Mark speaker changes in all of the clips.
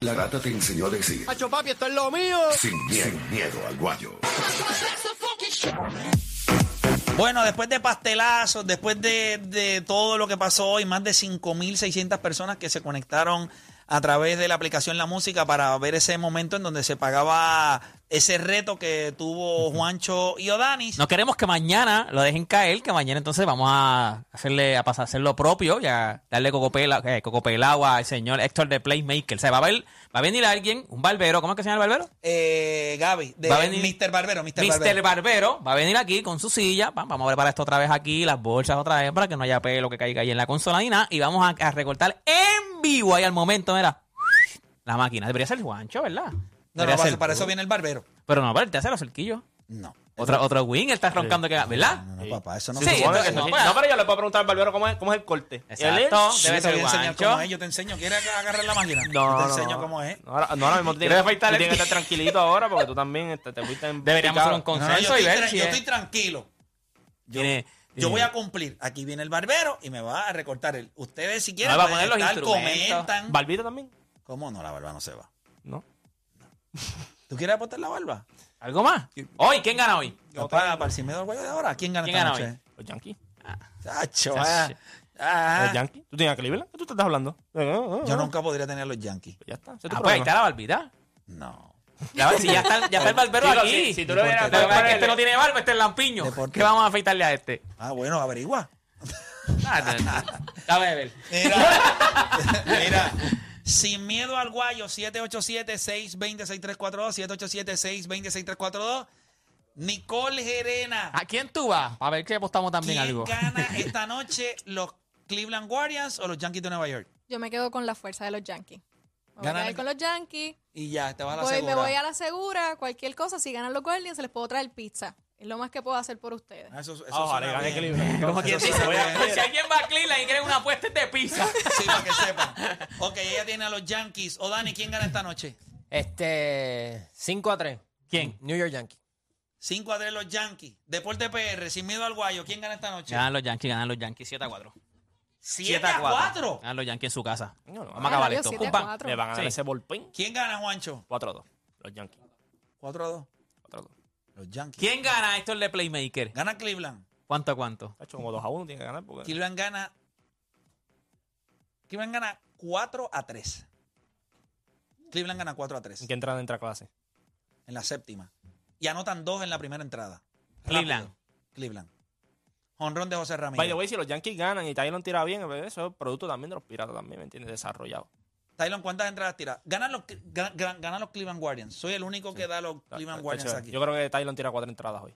Speaker 1: La rata te enseñó a decir
Speaker 2: Macho papi, esto es lo mío.
Speaker 1: sin miedo, sin miedo al guayo.
Speaker 3: Bueno, después de pastelazos, después de, de todo lo que pasó hoy, más de 5.600 personas que se conectaron a través de la aplicación La Música para ver ese momento en donde se pagaba ese reto que tuvo Juancho y Odanis.
Speaker 4: No queremos que mañana lo dejen caer, que mañana entonces vamos a hacerle a pasar a hacer lo propio y a darle cocopela, eh, cocopelao al señor Héctor de Playmaker. O sea, va a, ver, va a venir alguien, un barbero, ¿cómo es que se llama el barbero?
Speaker 3: Eh, Gaby, de
Speaker 4: Va a venir-
Speaker 3: Mr. Barbero, Mr.
Speaker 4: Mr. Barbero.
Speaker 3: Barbero.
Speaker 4: va a venir aquí con su silla. Pam, Vamos a preparar esto otra vez aquí, las bolsas otra vez para que no haya pelo que caiga ahí en la consola ni nada. Y vamos a, a recortar en vivo ahí al momento, mira. La máquina. Debería ser Juancho, ¿verdad?
Speaker 3: No,
Speaker 4: Debería
Speaker 3: no,
Speaker 4: ser
Speaker 3: para, para
Speaker 4: tú.
Speaker 3: eso viene el barbero.
Speaker 4: Pero no, pero él te hace los cerquillos.
Speaker 3: No.
Speaker 4: Otra, otro win, él está roncando que ¿verdad?
Speaker 3: No, no, papá, eso no
Speaker 4: Sí,
Speaker 3: se
Speaker 4: sí,
Speaker 3: puede.
Speaker 4: entonces,
Speaker 5: no,
Speaker 4: no, pues,
Speaker 5: pero yo le puedo preguntar al barbero cómo es, cómo es el corte.
Speaker 4: Exacto.
Speaker 5: Él es-
Speaker 4: Debe
Speaker 3: Yo te
Speaker 4: ser
Speaker 3: voy a enseñar
Speaker 4: guancho.
Speaker 3: cómo es, yo te enseño. ¿Quieres agarrar la máquina?
Speaker 5: No,
Speaker 3: yo
Speaker 5: no,
Speaker 3: te enseño
Speaker 5: no.
Speaker 3: cómo es.
Speaker 5: No, ahora, no, ahora mismo tú tienes,
Speaker 4: ¿Quieres afeitar
Speaker 5: tú
Speaker 4: el
Speaker 5: tienes que
Speaker 4: pie?
Speaker 5: estar tranquilito ahora porque tú también este, te fuiste en
Speaker 4: Deberíamos
Speaker 5: picado.
Speaker 4: hacer un
Speaker 3: No, no,
Speaker 4: consenso
Speaker 3: yo,
Speaker 4: y
Speaker 3: estoy,
Speaker 4: ver
Speaker 3: tra-
Speaker 4: si
Speaker 3: yo
Speaker 4: es-
Speaker 3: estoy tranquilo. Yo,
Speaker 4: Tiene-
Speaker 3: yo
Speaker 4: tiene-
Speaker 3: voy a cumplir. Aquí viene el barbero y me va a recortar el. Ustedes si quieren
Speaker 4: No, Ah, va a
Speaker 3: pueden
Speaker 4: poner los
Speaker 3: estar,
Speaker 4: instrumentos.
Speaker 3: comentan.
Speaker 5: ¿Barbita también?
Speaker 3: ¿Cómo no? La barba no se va.
Speaker 5: No.
Speaker 3: ¿Tú quieres apostar la barba?
Speaker 4: ¿Algo más? Hoy, ¿quién gana hoy?
Speaker 3: No, para, para el cimero del Guayo de ahora. ¿Quién gana
Speaker 4: ¿Quién
Speaker 3: esta
Speaker 4: gana
Speaker 3: noche? Ah,
Speaker 5: Los Yankees.
Speaker 3: Chacho, ah,
Speaker 4: Chacho.
Speaker 3: ah.
Speaker 5: ¿Los Yankees? ¿Tú tienes a Cleveland? ¿Qué tú te estás hablando? Eh,
Speaker 3: Yo nunca podría tener a los Yankees.
Speaker 5: Ya está. ese es tu
Speaker 4: Ah, pues ahí
Speaker 5: problema.
Speaker 4: está la barbita.
Speaker 3: No.
Speaker 4: Ya, ves, si ya, está, ya está el barbero
Speaker 5: Sí, lo-
Speaker 4: aquí.
Speaker 5: si- si tú lo vieras,
Speaker 4: Lo que pasa es que
Speaker 5: ponele.
Speaker 4: este no tiene barba, este es lampiño.
Speaker 3: Deporte.
Speaker 4: ¿Qué vamos a afeitarle a este?
Speaker 3: Ah, bueno, averigua.
Speaker 4: Ah, no, no. Dame a ver.
Speaker 3: Mira, mira. Sin miedo al guayo, 787-620-6342, 787-620-6342. Nicole Gerena.
Speaker 4: ¿A quién tú vas? A ver que apostamos también
Speaker 3: ¿Quién
Speaker 4: algo.
Speaker 3: gana esta noche los Cleveland Guardians o los Yankees de Nueva York?
Speaker 6: Yo me quedo con la fuerza de los Yankees. Me voy a
Speaker 3: Ganan-
Speaker 6: quedar con los Yankees.
Speaker 3: Y ya, te vas a la
Speaker 6: Voy- me
Speaker 3: segura.
Speaker 6: voy a la segura. Cualquier cosa, si ganan los Guardians, se les puedo traer pizza. Es lo más que puedo hacer por ustedes.
Speaker 3: Ah, Eso, eso
Speaker 5: Ah, Ojalá
Speaker 3: suena
Speaker 5: gane
Speaker 3: bien.
Speaker 5: Cleveland.
Speaker 3: Eso
Speaker 4: quien
Speaker 3: suena
Speaker 4: dice,
Speaker 3: bien.
Speaker 4: pues, si alguien va a Cleveland y quiere una apuesta es de pizza.
Speaker 3: Sí, para que sepan. Ok, ella tiene a los Yankees. O Dani, ¿quién gana esta noche?
Speaker 7: Este, 5 a 3.
Speaker 4: ¿Quién?
Speaker 7: New York Yankees.
Speaker 3: 5 a 3 los Yankees. Deporte PR, sin miedo al guayo. ¿Quién gana esta noche?
Speaker 4: Ganan los Yankees, ganan los Yankees 7 a 4.
Speaker 3: 7 a 4.
Speaker 4: Ganan los Yankees en su casa.
Speaker 5: No, no,
Speaker 4: Vamos a
Speaker 6: Ah,
Speaker 4: acabar
Speaker 6: rayos,
Speaker 4: esto.
Speaker 6: siete a
Speaker 4: Pum, pam.
Speaker 6: cuatro.
Speaker 5: Le van a dar
Speaker 4: Sí.
Speaker 5: ese bullpen.
Speaker 3: ¿Quién gana, Juancho?
Speaker 5: 4-2. Los Yankees.
Speaker 3: 4 a 2.
Speaker 5: 4-2.
Speaker 3: Los Yankees.
Speaker 4: ¿Quién gana esto es de Playmaker?
Speaker 3: Gana Cleveland.
Speaker 4: ¿Cuánto a cuánto?
Speaker 5: Tacho, como 2 a 1 tiene que ganar porque...
Speaker 3: Cleveland gana. Cleveland gana 4 a 3. Cleveland gana 4 a 3.
Speaker 5: ¿En qué entrada entra clase?
Speaker 3: En la séptima. Y anotan 2 en la primera entrada.
Speaker 4: Cleveland.
Speaker 3: Cleveland. Honrón de José Ramírez.
Speaker 5: By the way, si los Yankees ganan y Tylon tira bien, pues, eso es producto también de los piratas también, ¿me entiendes? Desarrollado.
Speaker 3: Tylon, ¿cuántas entradas tira? Ganan los, gan- gan- ganan los Cleveland Guardians. Soy el único que da los Cleveland Guardians
Speaker 5: Tacho,
Speaker 3: aquí.
Speaker 5: Ah, Yo creo que Tylon tira cuatro entradas hoy.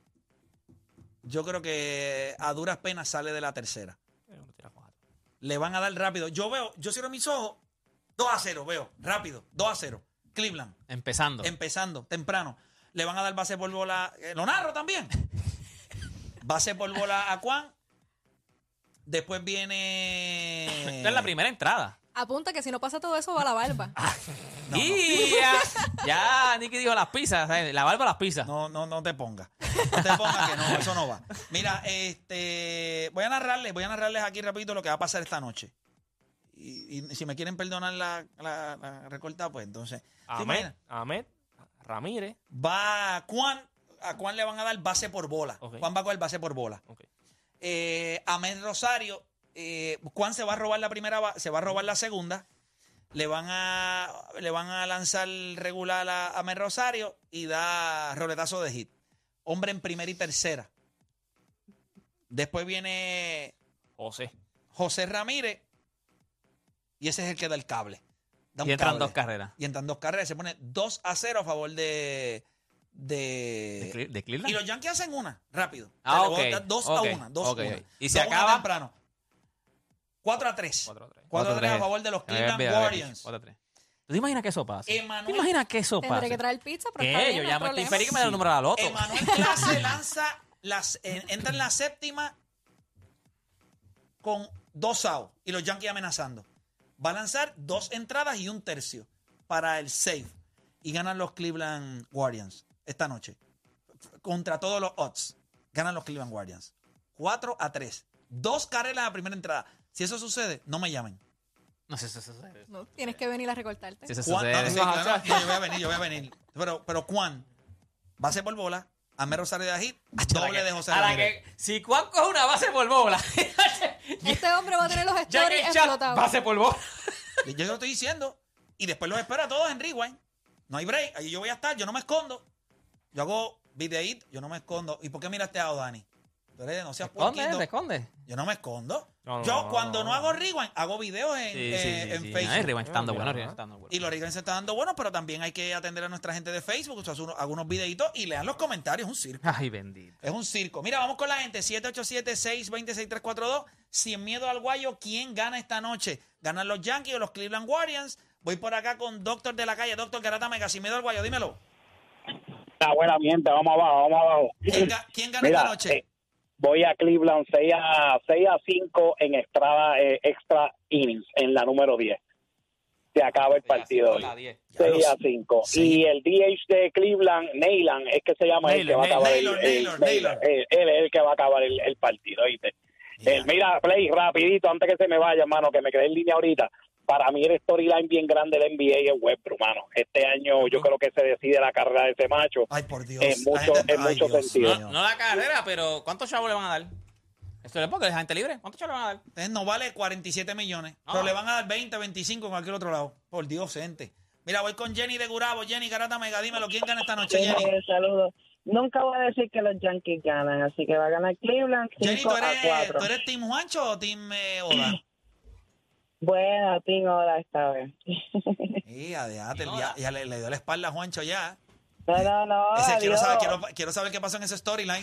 Speaker 3: Yo creo que a duras penas sale de la tercera.
Speaker 5: Yo creo que tira cuatro.
Speaker 3: Le van a dar rápido. Yo veo, yo cierro mis ojos. 2 a 0, veo. Rápido. 2 a 0. Cleveland.
Speaker 4: Empezando.
Speaker 3: Em- Empezando, temprano. Le van a dar base por bola. eh, lo narro también. base por bola a Juan. Después viene.
Speaker 4: Esta es la primera entrada.
Speaker 6: Apunta que si no pasa todo eso, va la barba.
Speaker 3: No, no.
Speaker 4: Y ya, ya Nicky dijo las pizzas, ¿sabes? la barba las pizzas.
Speaker 3: No, no, no te pongas. No te pongas que no, eso no va. Mira, este, voy a narrarles, voy a narrarles aquí rapidito lo que va a pasar esta noche. Y, y si me quieren perdonar la, la- la recortada, pues entonces. ¿te
Speaker 5: Ahmed,
Speaker 3: imaginas?
Speaker 5: Ahmed, Ramírez.
Speaker 3: Va Juan, a Juan le van a dar base por bola.
Speaker 5: Ok.
Speaker 3: Juan va con el base por bola.
Speaker 5: Ok.
Speaker 3: Eh, Ahmed Rosario, eh, Juan se va a robar la primera, ba- se va a robar la segunda. Le van a, le van a lanzar regular a a Ahmed Rosario y da roletazo de hit. Hombre en primera y tercera. Después viene
Speaker 5: José.
Speaker 3: José Ramírez y ese es el que da el cable. Da un
Speaker 4: y entran
Speaker 3: cable.
Speaker 4: dos carreras.
Speaker 3: Y entran dos carreras. Se pone 2 a 0 a favor de.
Speaker 4: ¿De,
Speaker 3: de
Speaker 4: Cle- de
Speaker 3: y
Speaker 4: Cleveland?
Speaker 3: los Yankees hacen una, rápido.
Speaker 4: Ah,
Speaker 3: Le voy a
Speaker 4: ok,
Speaker 3: dar Dos
Speaker 4: ok,
Speaker 3: a una, dos
Speaker 4: ok.
Speaker 3: a una.
Speaker 4: Y se
Speaker 3: Dos a una
Speaker 4: acaba-
Speaker 3: temprano. 4 a 3.
Speaker 5: 4 a 3.
Speaker 3: 4 a 3 a
Speaker 4: 4-3.
Speaker 3: favor de los
Speaker 4: Me había
Speaker 3: Cleveland
Speaker 4: olvidado de
Speaker 3: Warriors.
Speaker 4: eso. Cuatro a tres. ¿Tú te imaginas que eso pasa? ¿Tú
Speaker 3: Emanuel-
Speaker 4: te imaginas que eso pasa?
Speaker 6: Tendré que traer pizza, pero está
Speaker 4: ¿Qué?
Speaker 6: bien,
Speaker 4: Yo
Speaker 6: no hay
Speaker 4: llamo a Steve
Speaker 6: problema.
Speaker 4: Ferry que me da el número de la loto.
Speaker 3: Emanuel Clase lanza las, en- entra en la séptima con dos outs y los Yankees amenazando. Va a lanzar dos entradas y un tercio para el save. Y ganan los Cleveland Guardians esta noche. Contra todos los odds. Ganan los Cleveland Guardians. 4 a 3. Dos carreras a la primera entrada. Si eso sucede, no me llamen.
Speaker 4: No sé si eso sucede.
Speaker 6: No, tienes que venir a recortarte.
Speaker 4: Si eso
Speaker 3: Juan- no, no, Ah, sí,
Speaker 4: sucede.
Speaker 3: claro, no, yo voy a venir, yo voy a venir. Pero, pero Juan va a ser por bola. Amé Rosario de Ají, doble de José
Speaker 4: A la
Speaker 3: Ramírez.
Speaker 4: que, si Juan coge una base por bola,
Speaker 6: Este hombre va a tener los
Speaker 4: Jackie
Speaker 6: stories
Speaker 4: Chan,
Speaker 6: explotados.
Speaker 4: base por bola.
Speaker 3: Yo te lo estoy diciendo. Y después los espero a todos en Rewind. No hay break. Ahí yo voy a estar. Yo no me escondo. Yo hago videíto. Yo no me escondo. ¿Y por qué miraste a Dani? Tú eres de no seas
Speaker 4: Esconde,
Speaker 3: puerquito.
Speaker 4: te esconde.
Speaker 3: Yo no me escondo.
Speaker 5: No, no,
Speaker 3: yo
Speaker 5: no,
Speaker 3: cuando no,
Speaker 5: no.
Speaker 3: hago Rewind, hago videos en, eh, en Facebook.
Speaker 4: Ay, Rewind estando
Speaker 5: Mira,
Speaker 4: bueno,
Speaker 5: mira.
Speaker 4: Rewind estando bueno.
Speaker 3: y los Rewind se están dando buenos, pero también hay que atender a nuestra gente de Facebook. Yo hago unos, hago unos videitos y lean los comentarios. Es un circo.
Speaker 4: Ay, bendito.
Speaker 3: Es un circo. Mira, vamos con la gente. 787-626-342. Sin miedo al guayo, ¿quién gana esta noche? ¿Ganan los Yankees o los Cleveland Guardians? Voy por acá con Doctor de la calle. Doctor Garata sin miedo al guayo, dímelo.
Speaker 2: La buena miente, vamos abajo, vamos abajo.
Speaker 3: ¿Quién, ga- quién gana
Speaker 2: Mira,
Speaker 3: esta noche?
Speaker 2: eh, voy a Cleveland 6 a, 6 a 5 en extra, eh, extra innings, en la número 10. Se acaba el partido hoy. 6 a 5.
Speaker 3: Sí.
Speaker 2: Y el DH de Cleveland, Neyland, es que se llama el que va
Speaker 5: Neyland,
Speaker 2: a acabar
Speaker 3: Neyland,
Speaker 2: el, el-
Speaker 3: Neyland, Neyland.
Speaker 2: el- él es el que va a acabar el, el partido, ¿oíste? El- mira, Play, rapidito, antes que se me vaya, hermano, que me quedé en línea ahorita. Para mí el storyline bien grande del NBA es Westbrook, hermano. Este año yo creo que se decide la carrera de ese macho.
Speaker 3: Ay, por Dios.
Speaker 2: en
Speaker 3: La
Speaker 2: mucho- en
Speaker 3: ay,
Speaker 2: mucho
Speaker 3: Dios
Speaker 2: sentido.
Speaker 3: mío.
Speaker 4: No, no la carrera, pero ¿cuántos chavos le van a dar? Esto es porque es gente libre. ¿Cuántos chavos le van a dar?
Speaker 3: Entonces no vale 47 millones.
Speaker 4: No.
Speaker 3: Pero le van a dar 20, 25 en cualquier otro lado. Por Dios, gente. Mira, voy con Jenny de Gurabo. Jenny Garata Mega, dímelo. ¿Quién gana esta noche, Jenny?
Speaker 8: Eh, saludos. Nunca voy a decir que los Yankees ganan, así que va a ganar Cleveland
Speaker 3: Jenny,
Speaker 8: 5
Speaker 3: ¿tú
Speaker 8: a
Speaker 3: eres,
Speaker 8: 4.
Speaker 3: ¿tú eres Team Juancho o Team eh, Oda?
Speaker 8: Buena, Tim, hola esta vez.
Speaker 3: Y adelante,
Speaker 4: No,
Speaker 3: ya,
Speaker 4: da-
Speaker 3: ya le, le dio la espalda a Juancho ya.
Speaker 8: No, no,
Speaker 5: Ah,
Speaker 8: no.
Speaker 3: Ese, quiero,
Speaker 8: adiós.
Speaker 3: saber, quiero, quiero saber qué pasó en ese storyline.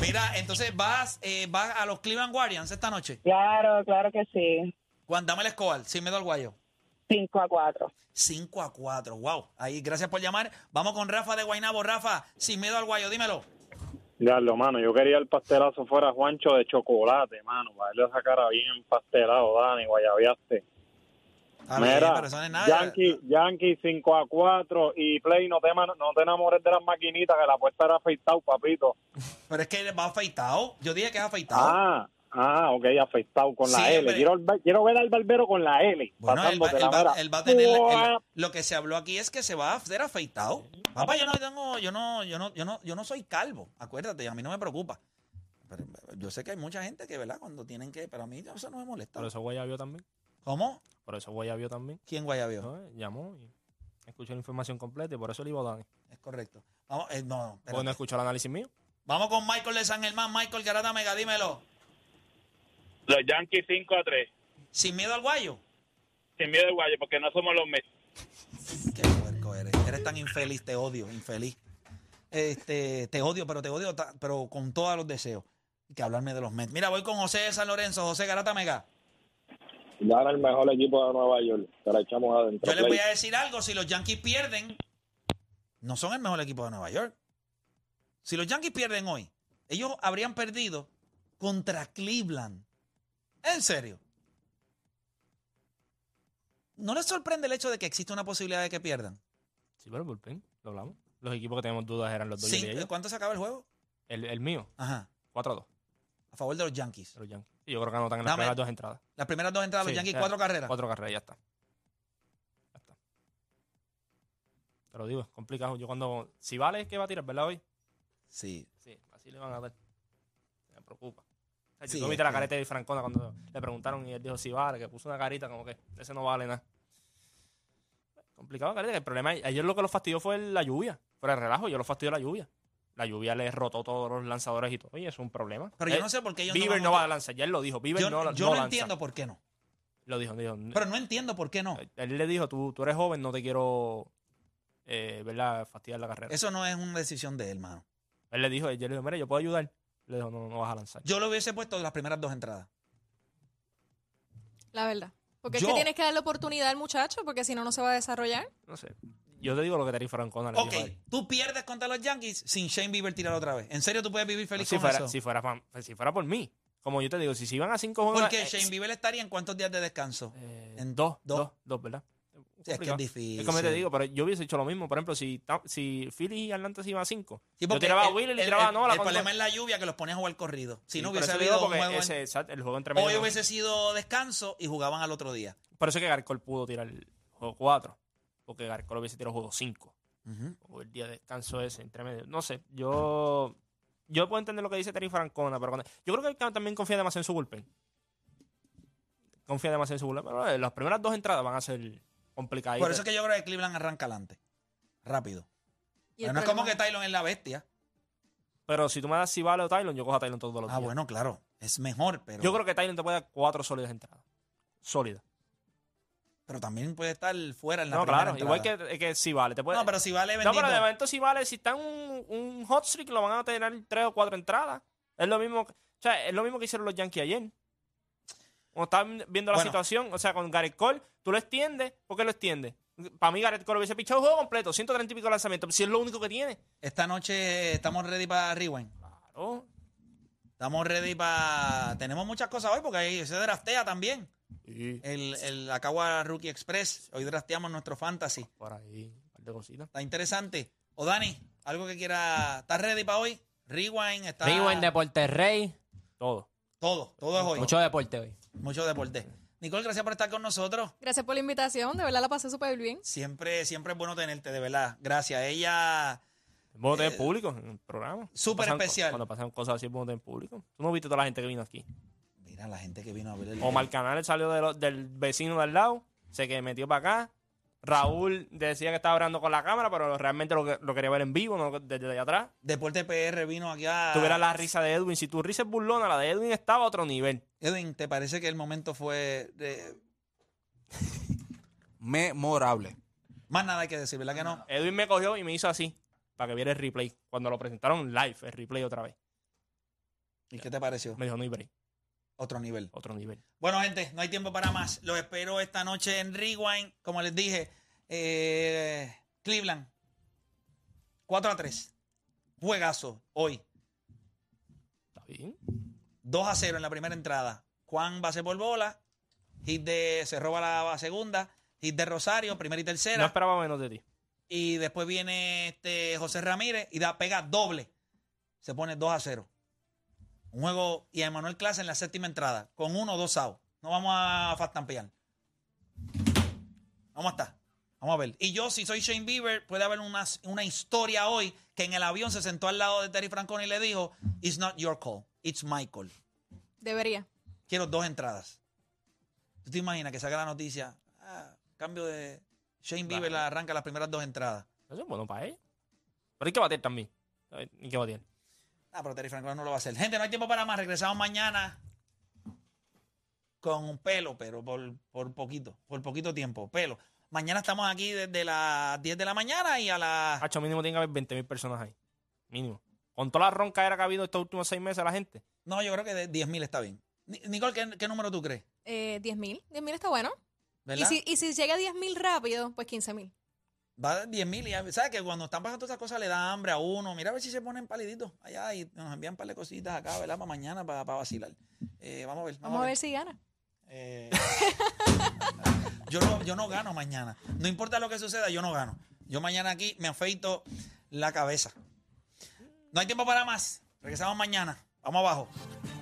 Speaker 3: Mira, entonces vas, eh, vas a los Cleveland Guardians esta noche.
Speaker 8: Claro, claro que sí.
Speaker 3: Juan, dame el escobar, sin miedo al guayo.
Speaker 8: 5 a 4.
Speaker 3: 5 a 4, wow. Ahí, gracias por llamar. Vamos con Rafa de Guainabo. Rafa, sin miedo al guayo, dímelo.
Speaker 2: Diablo, mano, yo quería el pastelazo fuera Juancho de chocolate, mano, para darle esa cara bien pastelado, Dani, guayabiaste.
Speaker 3: Está bien,
Speaker 2: Mira,
Speaker 3: pero eso no es nada.
Speaker 2: Yankee, Yankee 5 a 4 y Play, no te, man- no te enamores de las maquinitas, que la puerta era afeitado, papito.
Speaker 3: Pero es que va afeitado. Yo dije que es afeitado.
Speaker 2: Ah, ah, ok, afeitado con
Speaker 3: Sí,
Speaker 2: la L.
Speaker 3: pero-
Speaker 2: Quiero, el ba- quiero ver al barbero con la L,
Speaker 3: Bueno, él va,
Speaker 2: pasándote
Speaker 3: él
Speaker 2: la
Speaker 3: va-
Speaker 2: mera.
Speaker 3: él va a tener la-
Speaker 2: Uah.
Speaker 3: él- lo que se habló aquí es que se va a hacer afeitado. Papá, yo no tengo, yo no, yo no, yo no, yo no soy calvo. Acuérdate, a mí no me preocupa. Pero yo sé que hay mucha gente que, ¿verdad? Cuando tienen que, pero a mí eso no me molesta.
Speaker 5: Por eso Guayabió también.
Speaker 3: ¿Cómo?
Speaker 5: Por eso Guayabió también.
Speaker 3: ¿Quién guayabió?
Speaker 5: ¿no? Llamó y escuchó la información completa y por eso le iba a Dani.
Speaker 3: Es correcto. Vamos, eh, no, no, espérate.
Speaker 5: Porque no escuchó el análisis mío.
Speaker 3: Vamos con Michael de San Germán, Michael Garata Mega, dímelo.
Speaker 9: Los Yankees 5 a 3.
Speaker 3: Sin miedo al guayo.
Speaker 9: Sin miedo al guayo, porque no somos los Mets.
Speaker 3: Qué puerco eres. Eres tan infeliz, te odio, infeliz. Este, te odio, pero te odio, ta- pero con todos los deseos. Que hablarme de los Mets. Mira, voy con José de San Lorenzo, José Garata Mega.
Speaker 2: Gana el mejor equipo de Nueva York, te la echamos adentro.
Speaker 3: Yo les
Speaker 2: Play.
Speaker 3: voy a decir algo, si los Yankees pierden, no son el mejor equipo de Nueva York. Si los Yankees pierden hoy, ellos habrían perdido contra Cleveland. En serio. ¿No les sorprende el hecho de que existe una posibilidad de que pierdan?
Speaker 5: Sí, pero el bullpen, lo hablamos. Los equipos que teníamos dudas eran los Dodgers y
Speaker 3: Cinco-
Speaker 5: ellos.
Speaker 3: ¿Cuánto se acaba el juego?
Speaker 5: El, el mío,
Speaker 3: Ajá,
Speaker 5: 4 a 2.
Speaker 3: a favor de los Yankees.
Speaker 5: Los Yankees. Y yo creo que anotan en las
Speaker 3: Dame-
Speaker 5: primeras dos entradas.
Speaker 3: Las primeras dos entradas, los
Speaker 5: Sí,
Speaker 3: Yankees,
Speaker 5: ya.
Speaker 3: cuatro carreras.
Speaker 5: Cuatro carreras, ya está. Ya está. Te lo digo, es complicado. Yo cuando. Si vale, es que va a tirar, ¿verdad? Hoy.
Speaker 3: Sí.
Speaker 5: Sí, así le van a dar. Me preocupa. O sea,
Speaker 3: Sí,
Speaker 5: yo
Speaker 3: es
Speaker 5: viste la
Speaker 3: que-
Speaker 5: careta de Francona cuando le preguntaron y él dijo si vale, que puso una carita como que ese no vale nada. Complicado la careta. que El problema es- ayer lo que lo fastidió fue la lluvia. Fue el relajo, yo lo fastidió la lluvia. La lluvia le rotó todos los lanzadores y todo. Oye, es un problema.
Speaker 3: Pero yo
Speaker 5: Eh,
Speaker 3: no sé por qué ellos
Speaker 5: Bieber
Speaker 3: van
Speaker 5: no
Speaker 3: a-
Speaker 5: va a lanzar, ya él lo dijo. Bieber
Speaker 3: Yo,
Speaker 5: no,
Speaker 3: yo
Speaker 5: no
Speaker 3: no,
Speaker 5: lanza.
Speaker 3: entiendo por qué no.
Speaker 5: Lo dijo, dijo.
Speaker 3: Pero no entiendo por qué no.
Speaker 5: Él le dijo, tú, tú eres joven, no te quiero eh, ¿verdad? fastidiar la carrera.
Speaker 3: Eso no es una decisión de él, mano.
Speaker 5: Él le dijo, yo le dijo, mira, yo puedo ayudar. Le dijo, no, no, no vas a lanzar.
Speaker 3: Yo lo hubiese puesto las primeras dos entradas.
Speaker 6: La verdad. Porque es
Speaker 3: Yo-
Speaker 6: que tienes que darle oportunidad al muchacho, porque si no, no se va a desarrollar.
Speaker 5: No sé. Yo te digo lo que Terry Francona le
Speaker 3: Ok,
Speaker 5: dijo a él.
Speaker 3: tú pierdes contra los Yankees sin Shane Bieber tirar otra vez. ¿En serio tú puedes vivir feliz
Speaker 5: si,
Speaker 3: con
Speaker 5: fuera,
Speaker 3: eso?
Speaker 5: si, fuera fan- si fuera por mí. Como yo te digo, si se iban a cinco juegos.
Speaker 3: Porque
Speaker 5: eh,
Speaker 3: Shane Bieber estaría en cuántos días de descanso.
Speaker 5: eh,
Speaker 3: en
Speaker 5: dos,
Speaker 3: dos.
Speaker 5: dos, dos, ¿verdad?
Speaker 3: Sí, es que es
Speaker 5: Complicado.
Speaker 3: difícil.
Speaker 5: Es como te digo, pero yo hubiese hecho lo mismo. Por ejemplo, si, ta- si Philly y Atlanta se iban a cinco,
Speaker 3: Sí,
Speaker 5: yo
Speaker 3: porque
Speaker 5: tiraba a
Speaker 3: el-
Speaker 5: Willy y
Speaker 3: el-
Speaker 5: tiraba a
Speaker 3: el-
Speaker 5: Nola.
Speaker 3: El
Speaker 5: cuando-
Speaker 3: problema es la lluvia que los ponía a jugar corrido. Si no
Speaker 5: Sí, por
Speaker 3: hubiese
Speaker 5: eso digo,
Speaker 3: habido un
Speaker 5: porque
Speaker 3: juego en-
Speaker 5: ese, exacto, el juego entre
Speaker 3: Hoy
Speaker 5: medio.
Speaker 3: hubiese sido descanso y jugaban al otro día.
Speaker 5: Por eso es que Garcol pudo tirar el juego 4. Porque Garcol hubiese tirado juego 5. O el día de descanso ese, entre medio. No sé, yo. Yo puedo entender lo que dice Terry Francona, pero cuando- yo creo que él también confía demasiado en su bullpen. Confía demasiado en su bullpen. Pero eh, las primeras dos entradas van a ser complicadas.
Speaker 3: Por eso es que yo creo que Cleveland arranca adelante. Rápido.
Speaker 6: Y el
Speaker 3: Pero no es como
Speaker 6: problema-
Speaker 3: que Tylon es la bestia.
Speaker 5: Pero si tú me das Cibale o Tylon, yo cojo a Tylon todos los
Speaker 3: Ah,
Speaker 5: días.
Speaker 3: bueno, claro. Es mejor, pero,
Speaker 5: Yo creo que Tylon te puede dar cuatro sólidas entradas. Sólidas.
Speaker 3: pero también puede estar fuera en la
Speaker 5: No,
Speaker 3: primera
Speaker 5: claro.
Speaker 3: entrada.
Speaker 5: Igual que, que Cibale. Te puede,
Speaker 3: No, pero si vale
Speaker 5: No,
Speaker 3: bendito.
Speaker 5: pero de momento si vale, si está en un, un hot streak, lo van a tener tres o cuatro entradas. Es lo mismo, que- o sea, es lo mismo que hicieron los Yankees ayer. Como están viendo la
Speaker 3: Bueno.
Speaker 5: situación, o sea, con Garrett Cole, tú lo extiendes, ¿por qué lo extiendes? Para mí Garrett Cole hubiese pichado un juego completo, 130 y pico lanzamientos, si es lo único que tiene.
Speaker 3: Esta noche estamos ready para Rewind.
Speaker 5: Claro.
Speaker 3: Estamos ready para... Tenemos muchas cosas hoy porque ahí se draftea también.
Speaker 5: Sí,
Speaker 3: El, el Acagua Rookie Express. Hoy drafteamos nuestro fantasy.
Speaker 5: por ahí, un par de cositas.
Speaker 3: Está interesante. O Dani, algo que quiera... ¿Estás ready para hoy? Rewind está...
Speaker 7: Rewind, Deporte Rey.
Speaker 5: Todo.
Speaker 3: Todo, todo es hoy.
Speaker 7: Mucho deporte hoy.
Speaker 3: Mucho deporte. Nicole, gracias por estar con nosotros.
Speaker 6: Gracias por la invitación, de verdad la pasé súper bien.
Speaker 3: Siempre, siempre es bueno tenerte, de verdad. Gracias. Ella,
Speaker 5: Es bueno tener público en el programa.
Speaker 3: súper
Speaker 5: Pasan co-
Speaker 3: especial.
Speaker 5: Cuando pasan cosas así, es bueno tener público. Tú no viste toda la gente que vino aquí.
Speaker 3: mira la gente que vino a ver el.
Speaker 5: Omar Canales salió de lo- del vecino de al lado, se que metió para acá. Raúl decía que estaba hablando con la cámara, pero realmente lo, que- lo quería ver en vivo, no desde allá atrás.
Speaker 3: Deporte PR vino aquí a.
Speaker 5: Tuviera la risa de Edwin. Si tu risa es burlona, la de Edwin estaba a otro nivel.
Speaker 3: Edwin, ¿te parece que el momento fue. de-
Speaker 10: Memorable.
Speaker 3: Más nada hay que decir, ¿verdad que no?
Speaker 5: Edwin me cogió y me hizo así, para que viera el replay. Cuando lo presentaron live, el replay otra vez.
Speaker 3: ¿Y qué te pareció?
Speaker 5: Me dijo, no hay break,
Speaker 3: Otro nivel.
Speaker 5: otro nivel.
Speaker 3: Bueno, gente, no hay tiempo para más. Los espero esta noche en Rewind. Como les dije, eh, Cleveland. 4 a 3. Juegazo hoy.
Speaker 5: Está bien.
Speaker 3: 2 a 0 en la primera entrada. Juan base por bola. Hit de. Se roba la segunda. Hit de Rosario, primera y tercera.
Speaker 5: No esperaba menos de ti.
Speaker 3: y después viene este José Ramírez y da pega doble. Se pone 2 a 0. Un juego. Y a Emanuel Clase en la séptima entrada. Con uno o dos outs. No vamos a fastampear. Vamos a estar. Vamos a ver. Y yo, si soy Shane Bieber, puede haber una, una historia hoy que en el avión se sentó al lado de Terry Francona y le dijo: It's not your call, it's my call
Speaker 6: Debería.
Speaker 3: quiero dos entradas. ¿Tú te imaginas que salga la noticia? Ah, cambio de Shane Bieber
Speaker 5: Vale.
Speaker 3: arranca las primeras dos entradas.
Speaker 5: Eso es bueno para él. Pero hay que bater también. Hay que bater.
Speaker 3: Ah, pero Terry Francona no lo va a hacer. Gente, no hay tiempo para más. Regresamos mañana con un pelo, pero por, por poquito, por poquito tiempo, pelo. Mañana estamos aquí desde las 10 de la mañana y a las...
Speaker 5: Hacho, mínimo tiene que haber 20 mil personas ahí. Mínimo. Con toda la ronca era que ha habido estos últimos seis meses la gente.
Speaker 3: No, yo creo que de 10.000 está bien. Ni- Nicole, ¿qué, qué número tú crees?
Speaker 6: Eh, 10.000, 10.000 está bueno. Y
Speaker 3: ¿Verdad?
Speaker 6: si, y si llega a 10.000 rápido, pues 15.000.
Speaker 3: Va a 10.000 y ya- ¿sabes que Cuando están pasando todas esas cosas le da hambre a uno. Mira a ver si se ponen paliditos allá y nos envían un par de cositas acá, ¿verdad? Para mañana, para, vacilar. Eh, vamos a ver.
Speaker 6: Vamos a ver si gana.
Speaker 3: Eh, yo, no, yo no gano mañana. No importa lo que suceda, yo no gano. Yo mañana aquí me afeito la cabeza. No hay tiempo para más. Regresamos mañana. Vamos abajo.